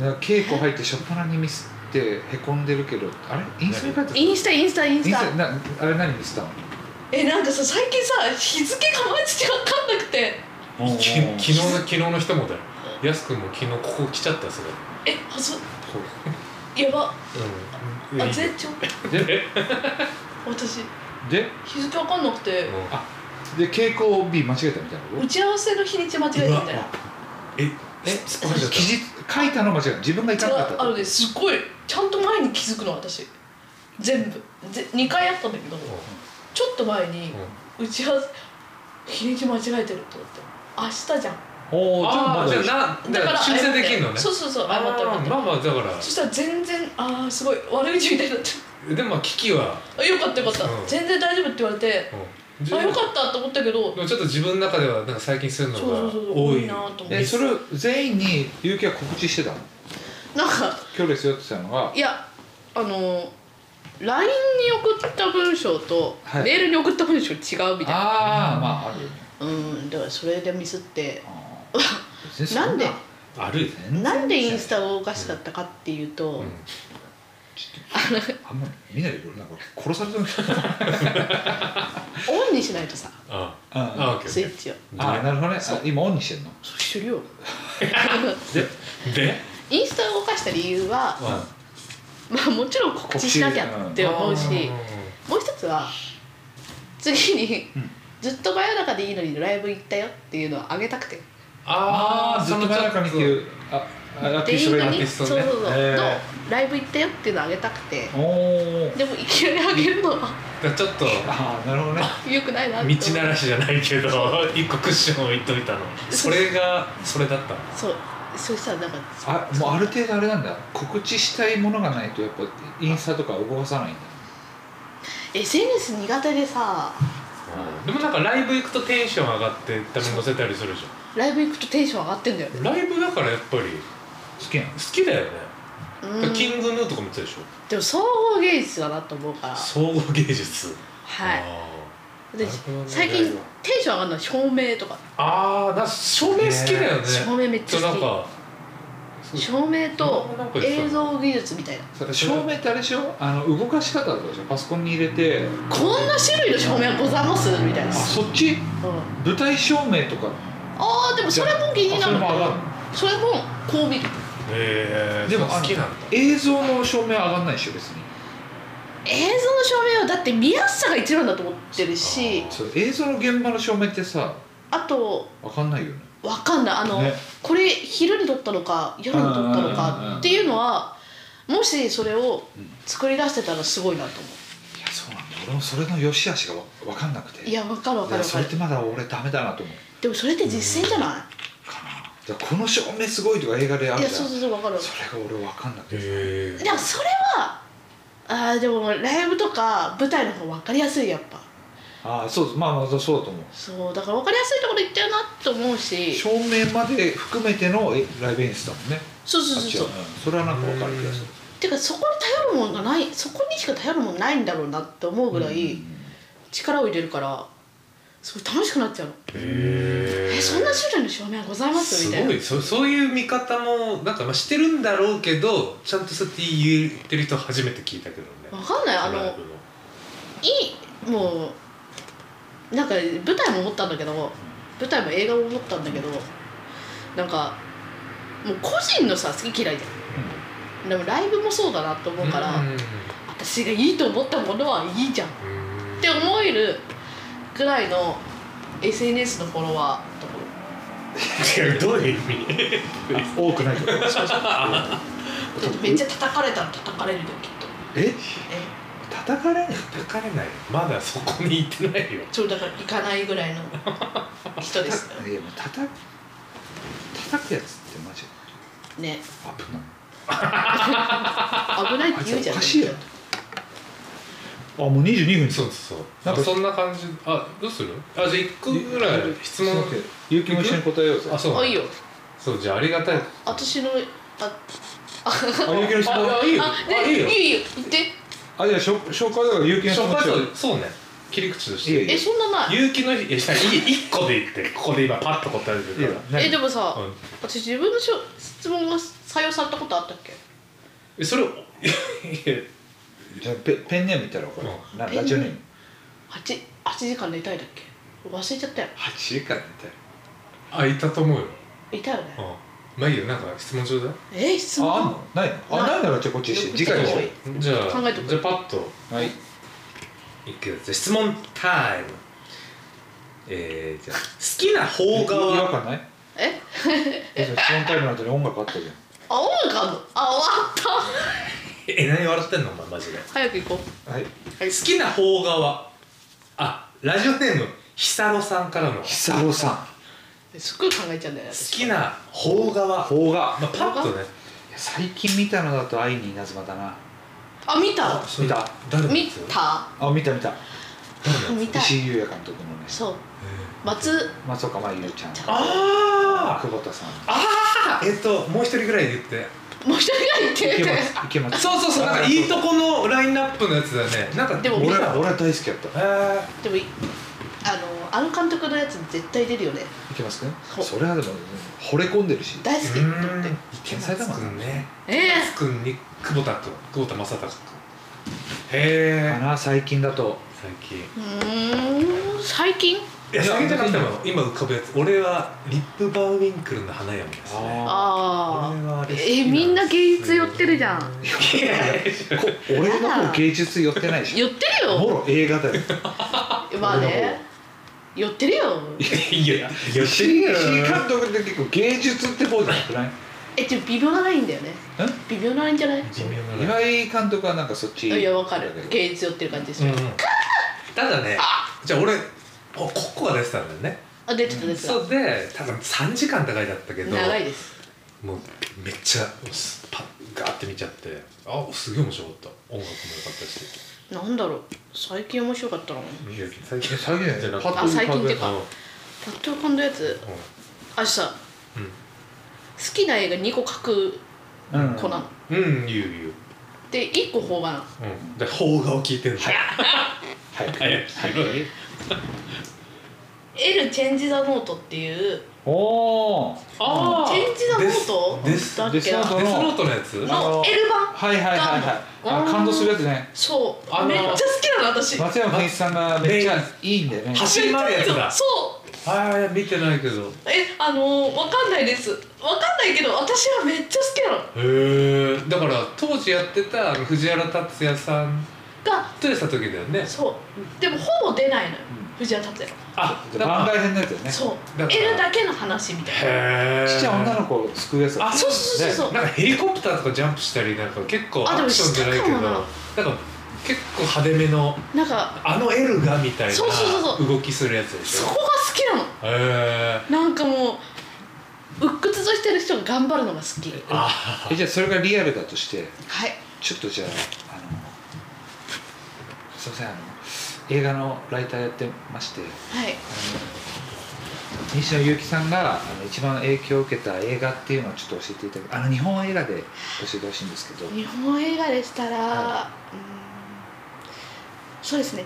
[SPEAKER 1] なんか稽古入ってしょっぱなにミスってへこんでるけどあれインスタに書いてあったた
[SPEAKER 3] インスタインスタインスタ
[SPEAKER 1] インスタなあれ何ミスったの
[SPEAKER 3] えなんかさ最近さ日付がマジで分かんなくて
[SPEAKER 2] き昨日の昨日の人もだよやすくんも昨日ここ来ちゃったそれ
[SPEAKER 3] えはず
[SPEAKER 1] そう
[SPEAKER 3] やば
[SPEAKER 2] うん
[SPEAKER 3] あ
[SPEAKER 2] いいよ
[SPEAKER 3] 絶頂
[SPEAKER 1] で
[SPEAKER 3] 私
[SPEAKER 1] で
[SPEAKER 3] 日付分かんなくて
[SPEAKER 2] うん
[SPEAKER 1] あで稽古日間違えたみたいなこ
[SPEAKER 3] 打ち合わせの日にち間違えてみたいな
[SPEAKER 2] え
[SPEAKER 1] え
[SPEAKER 2] すっぱかし
[SPEAKER 1] と記
[SPEAKER 2] ち
[SPEAKER 1] 事書いたの間違えた自分がいか
[SPEAKER 3] 違
[SPEAKER 1] なかっ
[SPEAKER 3] う
[SPEAKER 1] た
[SPEAKER 3] あ
[SPEAKER 1] と
[SPEAKER 3] のねすごいちゃんと前に気づくの私全部ぜ2回あったんだけど
[SPEAKER 2] ゃった
[SPEAKER 3] ちょっと前に
[SPEAKER 2] うんうん
[SPEAKER 3] 打ち合わせ日にち間違えてると思って明日じゃん
[SPEAKER 1] おおじゃあ
[SPEAKER 2] あ
[SPEAKER 1] ま
[SPEAKER 2] ー
[SPEAKER 1] だ
[SPEAKER 2] じ
[SPEAKER 1] じ
[SPEAKER 2] ゃ
[SPEAKER 1] ゃ
[SPEAKER 2] あなだから修正できるのね
[SPEAKER 3] そうそうそう
[SPEAKER 2] あ
[SPEAKER 3] 謝った謝っ
[SPEAKER 2] ーまあまあだから
[SPEAKER 3] たそしたら全然ああすごい悪口みたいになって
[SPEAKER 2] でもまあ危機は
[SPEAKER 3] あよかったよかった、
[SPEAKER 2] うん
[SPEAKER 3] 全然大丈夫って言われて
[SPEAKER 2] うん
[SPEAKER 3] あよかったと思ったけど
[SPEAKER 2] でもちょっと自分の中ではなんか最近そういう
[SPEAKER 3] そうそう
[SPEAKER 2] のが
[SPEAKER 3] そう
[SPEAKER 2] 多
[SPEAKER 3] 多
[SPEAKER 2] い
[SPEAKER 3] いなと思って
[SPEAKER 1] えそれを全員に結城は告知してたの
[SPEAKER 3] なんか
[SPEAKER 1] 今日ですよって言ってたのが
[SPEAKER 3] いやあの LINE に送った文章と、
[SPEAKER 1] はい
[SPEAKER 3] メールに送った文章違うみたいな
[SPEAKER 1] ああまああるよね
[SPEAKER 3] うんだからそれでミスって
[SPEAKER 1] あー別にそ
[SPEAKER 3] なんで
[SPEAKER 2] あるよね
[SPEAKER 1] 全然
[SPEAKER 3] なんでインスタを動かしちゃったかっていうと、
[SPEAKER 2] うん
[SPEAKER 1] ちょっとあんま見ないでくれなんか殺されてる
[SPEAKER 3] オンにしないとさ
[SPEAKER 2] あああ
[SPEAKER 1] あ
[SPEAKER 2] オッケー
[SPEAKER 3] スイ
[SPEAKER 2] オッ
[SPEAKER 3] ッチを
[SPEAKER 2] ケ
[SPEAKER 1] あ
[SPEAKER 2] ー
[SPEAKER 1] なるほどね
[SPEAKER 3] そう
[SPEAKER 1] あ今オンにしてんの
[SPEAKER 3] そうしてるよ
[SPEAKER 2] で
[SPEAKER 3] インスタを動かした理由は、
[SPEAKER 2] うん
[SPEAKER 3] まあ、もちろん告知しなきゃって思うし、もう一つは次に、
[SPEAKER 1] うん
[SPEAKER 3] ずっと真夜中でいいのにライブ行ったよっていうのをあげたくて
[SPEAKER 2] あー
[SPEAKER 1] ずっと
[SPEAKER 2] その
[SPEAKER 1] 真
[SPEAKER 2] ちょ
[SPEAKER 1] 夜
[SPEAKER 2] っ
[SPEAKER 1] 中にってい
[SPEAKER 2] と
[SPEAKER 1] うああアー
[SPEAKER 3] で
[SPEAKER 1] ティ
[SPEAKER 3] い
[SPEAKER 1] ス
[SPEAKER 3] い
[SPEAKER 1] ト
[SPEAKER 3] の
[SPEAKER 1] が
[SPEAKER 3] に、
[SPEAKER 2] ティ
[SPEAKER 3] そ
[SPEAKER 2] スト
[SPEAKER 3] う
[SPEAKER 2] ね
[SPEAKER 3] そうそう、
[SPEAKER 1] へー
[SPEAKER 3] のライブ行ったよっていうのをあげたくて
[SPEAKER 1] おおー
[SPEAKER 3] でもいきなりあげるのは
[SPEAKER 2] だからちょっと
[SPEAKER 1] ああなるほどね
[SPEAKER 3] よくないなって思う
[SPEAKER 2] 道ならしじゃないけど 一個クッション置いといたのそれがそれだったの
[SPEAKER 3] そうそしたらなんか
[SPEAKER 1] あもうある程度あれなんだ告知したいものがないとやっぱインスタとか動かさないんだ
[SPEAKER 3] SNS 苦手でさ
[SPEAKER 2] でもなんかライブ行くとテンション上がって多分載せたりするじゃ
[SPEAKER 3] ライブ行くとテンション上がってんだよね
[SPEAKER 2] んライブだからやっぱり
[SPEAKER 1] 好きなの
[SPEAKER 2] 好きだよね、
[SPEAKER 3] うん
[SPEAKER 2] キングヌーとかも言ってたでし
[SPEAKER 3] でも総合芸術だなと思うから
[SPEAKER 2] ょ総合芸術
[SPEAKER 3] はい
[SPEAKER 2] い
[SPEAKER 3] で最近テンション上がるのは照明とか
[SPEAKER 2] あーなんか照明好きだよね
[SPEAKER 3] 照明めっち
[SPEAKER 2] そ
[SPEAKER 3] ゃ
[SPEAKER 2] うな
[SPEAKER 3] 好
[SPEAKER 2] んか
[SPEAKER 3] き照明と
[SPEAKER 2] なんか
[SPEAKER 3] 映像技術みたいな
[SPEAKER 1] それ照明ってあれでしょあの動かし方だとでしょパソコンに入れて
[SPEAKER 3] こんな種類の照明ござますみたいな、
[SPEAKER 1] あ
[SPEAKER 3] うん、
[SPEAKER 1] そっち舞台照明とか
[SPEAKER 3] あーでもそれも気にな
[SPEAKER 1] あそ
[SPEAKER 3] る
[SPEAKER 1] れも上がる
[SPEAKER 3] それもこう見る
[SPEAKER 2] えー、
[SPEAKER 1] でも
[SPEAKER 2] 好きなんだ
[SPEAKER 1] 映像の照明上がんないでしょ別に
[SPEAKER 3] 映像の照明はだって見やすさが一番だと思ってるし
[SPEAKER 1] そう映像の現場の照明ってさ
[SPEAKER 3] あと
[SPEAKER 1] わかんないよね
[SPEAKER 3] わかんないあの、
[SPEAKER 1] ね
[SPEAKER 3] これ昼に撮ったのか夜に撮った
[SPEAKER 1] う
[SPEAKER 3] の
[SPEAKER 1] んうんうんう
[SPEAKER 3] か
[SPEAKER 1] ん
[SPEAKER 3] っていうのはもしそれを作り出してたらすごいなと思
[SPEAKER 1] いやそうなんだ俺もそれの良し悪しがわわかんなくて
[SPEAKER 3] ういやわかるわかる
[SPEAKER 1] いや
[SPEAKER 3] わか
[SPEAKER 1] それ
[SPEAKER 3] る
[SPEAKER 1] ってまだ俺ダメだなと思う
[SPEAKER 3] でもそれって実践じゃない、
[SPEAKER 1] だからこの照明すごいとか映画であ
[SPEAKER 3] い
[SPEAKER 1] る
[SPEAKER 3] や
[SPEAKER 1] じゃ
[SPEAKER 3] そ
[SPEAKER 1] ん
[SPEAKER 3] う
[SPEAKER 1] そ
[SPEAKER 3] そうそうわかる
[SPEAKER 1] れが俺わかんなくて
[SPEAKER 2] え
[SPEAKER 3] でもそれはあーでもライブとか舞台の方がわかりやすいやっぱ
[SPEAKER 1] ああそうそうまあまあそうそうだと思う
[SPEAKER 3] そうだからわかりやすいところ行ったよなと思うし
[SPEAKER 1] 照明まで含めてのえライブ演出だもんね
[SPEAKER 3] そう
[SPEAKER 1] あ
[SPEAKER 3] そう
[SPEAKER 1] っ
[SPEAKER 3] そう
[SPEAKER 1] ち
[SPEAKER 3] そ
[SPEAKER 1] は
[SPEAKER 3] う
[SPEAKER 1] うんそれはなんかわかる気がする
[SPEAKER 3] てかそこに頼るもんがないそこにしか頼るもんないんだろうなって思うぐらい力を入れるからすごい楽しくなっちゃうの
[SPEAKER 2] え
[SPEAKER 3] えそんな種類の照明ございます
[SPEAKER 2] す
[SPEAKER 3] みたいな
[SPEAKER 2] ごいそそういう見方もなんかまあしてるんだろうけどちゃんとそうやって言ってる人初めて聞いたけどね
[SPEAKER 3] わかんないあ
[SPEAKER 2] ライ
[SPEAKER 3] の
[SPEAKER 2] ブの
[SPEAKER 3] いいもうなんか舞台も思ったんだけど舞台も映画も思ったんだけどなんかもう個人のさ好き嫌いじゃんでもライブもそうだなと思うから、
[SPEAKER 2] うんうん
[SPEAKER 3] 私がいいと思ったものはいいじゃんっ
[SPEAKER 2] うん
[SPEAKER 3] て思えるぐらいの SNS のフォロワーとこ
[SPEAKER 2] いやどういう意味
[SPEAKER 1] あ多くないけど
[SPEAKER 3] ろめっちゃ叩かれたら叩かれるよきっと
[SPEAKER 1] え
[SPEAKER 3] え
[SPEAKER 1] 叩かれね
[SPEAKER 2] 叩かれないまだそこに行ってないよ
[SPEAKER 3] そうだから行かないぐらいの人
[SPEAKER 1] え
[SPEAKER 3] です
[SPEAKER 1] いやもう叩く叩くやつってマジで
[SPEAKER 3] ね
[SPEAKER 1] 危ない
[SPEAKER 3] 危ないって言うじゃん
[SPEAKER 1] あいつおかしいよあもう22分
[SPEAKER 2] そうそうそ
[SPEAKER 1] な
[SPEAKER 2] うんあ
[SPEAKER 1] か
[SPEAKER 2] そんな感じあどうするあじゃあ一個ぐらい質問
[SPEAKER 1] 有機も一緒に答えようぜ
[SPEAKER 2] あそう
[SPEAKER 3] あいいよ
[SPEAKER 2] そうじゃあありがたい
[SPEAKER 3] 私のあ
[SPEAKER 1] あ有機の質問
[SPEAKER 2] あいいよ
[SPEAKER 3] あ
[SPEAKER 2] あ
[SPEAKER 3] ね
[SPEAKER 2] いいよ
[SPEAKER 3] いいよ言って
[SPEAKER 1] あじゃあ紹紹介だから有機の質
[SPEAKER 2] 紹
[SPEAKER 1] 問
[SPEAKER 2] 介
[SPEAKER 1] しよう
[SPEAKER 2] とそうね切り口とし
[SPEAKER 1] いいよいい
[SPEAKER 2] て
[SPEAKER 1] よ
[SPEAKER 3] えそんなない
[SPEAKER 2] 有機の日いやいい一個でいいってここで今パッと答えて
[SPEAKER 1] いい
[SPEAKER 2] る
[SPEAKER 1] よ
[SPEAKER 2] から
[SPEAKER 1] 何
[SPEAKER 3] えでもさ、
[SPEAKER 2] うん
[SPEAKER 3] 私自分のしょ質問が採用されたことあったっけ
[SPEAKER 2] えそれをいや
[SPEAKER 1] じゃあペペンネームいったらこれ、
[SPEAKER 2] う
[SPEAKER 1] な
[SPEAKER 3] ペンネーム
[SPEAKER 1] ラジオネーム
[SPEAKER 3] 8, 8時間寝たいだっけ忘れちゃったよ
[SPEAKER 1] 8時間みたい
[SPEAKER 2] あいたと思うよ
[SPEAKER 3] いたよね
[SPEAKER 2] うんまあいいよなんか質問ちょうだい
[SPEAKER 3] えー、質
[SPEAKER 1] なああん
[SPEAKER 3] 問
[SPEAKER 1] のないのあ
[SPEAKER 3] ない
[SPEAKER 1] ないならじゃあこっちにして次回にしよ
[SPEAKER 3] え
[SPEAKER 2] じゃあ
[SPEAKER 3] 考えとく
[SPEAKER 2] じゃあパッと
[SPEAKER 1] うはい
[SPEAKER 2] いくよじゃあ質問タイムえー、じゃあ好きな邦画
[SPEAKER 1] 違和
[SPEAKER 2] は
[SPEAKER 1] 感ない
[SPEAKER 3] え
[SPEAKER 1] えそれ質問タイムの後に音楽あったじゃん
[SPEAKER 3] あ音楽あんのあ終わっ
[SPEAKER 2] え何笑ってんのお前マジで
[SPEAKER 3] た早く行こ
[SPEAKER 1] はい、
[SPEAKER 3] う、はい、
[SPEAKER 2] 好きな邦画はあラジオネーム久野さんからの好
[SPEAKER 1] 久郎さ
[SPEAKER 3] すっごい考えちゃうんだよね私
[SPEAKER 2] きな邦画は
[SPEAKER 1] ん、邦画
[SPEAKER 2] まあ、パッとね
[SPEAKER 1] いや最近見たのだと愛に稲妻だな。
[SPEAKER 3] あ見た
[SPEAKER 2] それ
[SPEAKER 1] 見た
[SPEAKER 2] 誰の
[SPEAKER 3] 見
[SPEAKER 2] やつ
[SPEAKER 3] た
[SPEAKER 1] あ、見た見た。
[SPEAKER 2] 誰のや
[SPEAKER 3] 見
[SPEAKER 2] つ
[SPEAKER 3] た
[SPEAKER 1] 石井優也監督のね。
[SPEAKER 3] そう
[SPEAKER 2] え
[SPEAKER 3] 松
[SPEAKER 1] 松岡真優ちゃん。
[SPEAKER 3] ちゃん
[SPEAKER 2] あー
[SPEAKER 1] 久保田さん。
[SPEAKER 2] あーえっともう一人ぐらい言って
[SPEAKER 3] もう一人が言って
[SPEAKER 1] 池
[SPEAKER 3] る
[SPEAKER 1] 松。池松。
[SPEAKER 2] そうそうそうなんかいいとこのラインナップのやつだねなんか
[SPEAKER 3] でも
[SPEAKER 1] 俺
[SPEAKER 2] 俺
[SPEAKER 1] は
[SPEAKER 2] ら
[SPEAKER 1] 俺は大好きだった。
[SPEAKER 2] え
[SPEAKER 3] でもいあのあの監督のやつ絶対出るよね
[SPEAKER 1] いけますね
[SPEAKER 3] そう
[SPEAKER 1] それはでも惚れ込んでるし
[SPEAKER 3] 大好き
[SPEAKER 2] う
[SPEAKER 3] と思って
[SPEAKER 2] ん
[SPEAKER 1] 天才だもん
[SPEAKER 2] 君ね
[SPEAKER 3] ええ
[SPEAKER 2] ス君に久保田君久保田正孝君へ
[SPEAKER 1] か
[SPEAKER 2] え
[SPEAKER 1] な最近だと
[SPEAKER 2] 最近
[SPEAKER 3] うーん最近
[SPEAKER 2] いや最近じゃなくても今浮かぶやつ俺はリップバーウィンクルの花嫁ですね
[SPEAKER 3] あ
[SPEAKER 2] 俺
[SPEAKER 3] あ
[SPEAKER 2] はあれ好きなんです
[SPEAKER 3] えみんな芸術寄ってるじゃん
[SPEAKER 2] いやいや
[SPEAKER 1] こ俺の方芸術寄ってないでし
[SPEAKER 3] 寄ってる
[SPEAKER 1] ょも
[SPEAKER 3] よ
[SPEAKER 1] ろ映画だよ
[SPEAKER 3] まあね寄ってるよ
[SPEAKER 2] いやいや寄っ
[SPEAKER 1] 石
[SPEAKER 2] てる
[SPEAKER 1] 井
[SPEAKER 2] よ
[SPEAKER 1] 監督って結構芸術って方じゃなくない
[SPEAKER 3] えちょっと微妙なラインだよね微妙なラインじゃない
[SPEAKER 2] 微妙な
[SPEAKER 1] 岩井監督はなんかそっち
[SPEAKER 3] いやわかる芸術寄ってる感じです
[SPEAKER 2] うん
[SPEAKER 3] る
[SPEAKER 2] うんただねじゃあ俺おココは出てたんだよね
[SPEAKER 3] あ出てた出てた
[SPEAKER 2] そうで多分3時間高いだったけど
[SPEAKER 3] 長いです
[SPEAKER 2] もうめっちゃパッガーって見ちゃってあすげえ面白かった音楽も良かったし
[SPEAKER 3] なんだろう最近面白かったの
[SPEAKER 2] いや最
[SPEAKER 1] いや最近じゃない
[SPEAKER 2] パッ
[SPEAKER 3] あ最近っていう
[SPEAKER 2] う
[SPEAKER 3] か
[SPEAKER 2] ん
[SPEAKER 3] パッと浮かんだやつあさ好きな映画2個書く
[SPEAKER 1] うん
[SPEAKER 3] 子なの
[SPEAKER 2] うん、うん、言う言う、
[SPEAKER 3] で1個邦画なの
[SPEAKER 2] うん、で邦画を聞いてるの早
[SPEAKER 1] はい
[SPEAKER 2] く早く
[SPEAKER 3] 「L チェンジ・ザ・ノート」っていう
[SPEAKER 1] おお
[SPEAKER 2] あ
[SPEAKER 3] チェンジ・ザ・ノート
[SPEAKER 2] デス
[SPEAKER 3] だ
[SPEAKER 2] デ
[SPEAKER 3] っ
[SPEAKER 1] デ
[SPEAKER 3] け
[SPEAKER 1] スノー
[SPEAKER 3] な
[SPEAKER 1] ト
[SPEAKER 2] スノートのやつ
[SPEAKER 1] あ
[SPEAKER 3] の
[SPEAKER 1] の
[SPEAKER 3] L 版
[SPEAKER 1] はいはいはいはいあ感動するやつね
[SPEAKER 3] そう
[SPEAKER 2] あの
[SPEAKER 3] めっちゃ好きなの私
[SPEAKER 1] 松山健一さんがめっちゃいいんだよね
[SPEAKER 2] 走り回るやつだ
[SPEAKER 3] そう
[SPEAKER 2] ああ見てないけどへ
[SPEAKER 3] えあのー、わかんないですわかんないけど私はめっちゃ好きなの
[SPEAKER 2] えだから当時やってたあの藤原竜也さん
[SPEAKER 3] が
[SPEAKER 2] とやった時だよね
[SPEAKER 3] そうでもほぼ出ないのよ藤原竜也
[SPEAKER 2] あだ
[SPEAKER 1] 番
[SPEAKER 2] から
[SPEAKER 1] 外編のやつだよねちっ
[SPEAKER 3] そう
[SPEAKER 2] だから
[SPEAKER 3] L だけの話みたいな
[SPEAKER 2] へえ
[SPEAKER 1] ちゃい女の子を救うやつだ
[SPEAKER 2] あ
[SPEAKER 3] そうそうそうそう
[SPEAKER 2] なんかヘリコプターとかジャンプしたりなんか結構
[SPEAKER 3] あ
[SPEAKER 2] ア
[SPEAKER 3] でも
[SPEAKER 2] クションじゃないけ
[SPEAKER 3] した
[SPEAKER 2] ど
[SPEAKER 3] かも
[SPEAKER 2] な
[SPEAKER 3] なん
[SPEAKER 2] か結構派手めの
[SPEAKER 3] なんか
[SPEAKER 2] あの L がみたい
[SPEAKER 3] そうそうそうそ
[SPEAKER 2] な動きするやつでし
[SPEAKER 3] そ
[SPEAKER 2] ょ
[SPEAKER 3] こが好きなの
[SPEAKER 2] へえ
[SPEAKER 3] なんかもう鬱屈としてる人が頑張るのが好き
[SPEAKER 2] あ
[SPEAKER 1] えじゃあそれがリアルだとして
[SPEAKER 3] はい
[SPEAKER 1] ちょっとじゃああのすいませんあの映画のライターやってまして
[SPEAKER 3] はい
[SPEAKER 1] 西野ゆうきさんがあの一番影響を受けた映画っていうのをちょっと教えていただくあの日本映画で教えてほしいんですけど
[SPEAKER 3] 日本映画でしたら、
[SPEAKER 1] は
[SPEAKER 3] うーんそうですね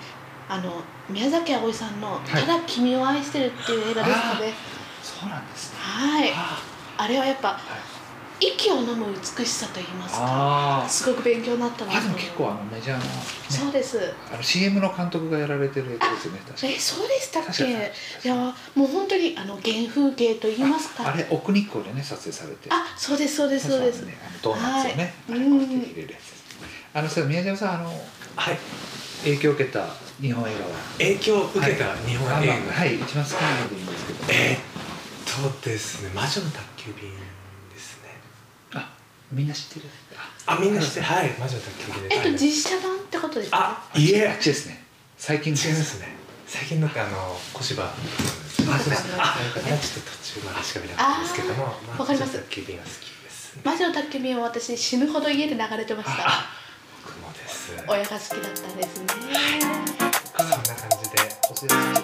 [SPEAKER 3] あの宮崎あおいさんの
[SPEAKER 1] い
[SPEAKER 3] 「ただ君を愛してる」っていう映画ですので、
[SPEAKER 1] そうなんですね
[SPEAKER 3] はい
[SPEAKER 1] あ
[SPEAKER 3] あれはやっぱ息を飲む美しさといいますか
[SPEAKER 1] あー
[SPEAKER 3] すごく勉強になったなと
[SPEAKER 1] あでも結構あのメジャーな、ね、
[SPEAKER 3] そうです
[SPEAKER 1] あの CM の監督がやられてるやつですよね確か
[SPEAKER 3] えそうでしたっ
[SPEAKER 1] 確かに
[SPEAKER 3] けいやもう本当にあの原風景といいますか
[SPEAKER 1] あれ奥日光でね撮影されて
[SPEAKER 3] あそうですそうですそうです
[SPEAKER 1] ねあのドーナツをね、
[SPEAKER 3] はい
[SPEAKER 1] あれこうやって入れるやつですあのさ宮島さんあの
[SPEAKER 2] はい
[SPEAKER 1] 影響を受けた日本映画は
[SPEAKER 2] 影響を受けた日本
[SPEAKER 1] あ
[SPEAKER 2] 映
[SPEAKER 1] ま
[SPEAKER 2] 画、
[SPEAKER 1] あはい一番好きなのでいいんですけど
[SPEAKER 2] えーっとですね魔女の宅急便ですね
[SPEAKER 1] あみんな知ってる
[SPEAKER 2] あみんなしてはい魔女の宅急便
[SPEAKER 3] えっと
[SPEAKER 2] です、
[SPEAKER 3] 実写版ってことですか
[SPEAKER 2] あい
[SPEAKER 1] あ
[SPEAKER 2] え
[SPEAKER 1] っちですね最近
[SPEAKER 2] 違いま
[SPEAKER 1] です
[SPEAKER 2] すね最近だってあの小芝あそうですあちょっと途中までしか見なかったんですけども
[SPEAKER 3] あーわかります
[SPEAKER 2] 魔女の宅急便は好きですね
[SPEAKER 3] 魔女の宅急便は私死ぬほど家で流れてました
[SPEAKER 2] あ僕もです
[SPEAKER 3] 親が好きだったんですね。
[SPEAKER 2] そんな感じで
[SPEAKER 1] お世話になりました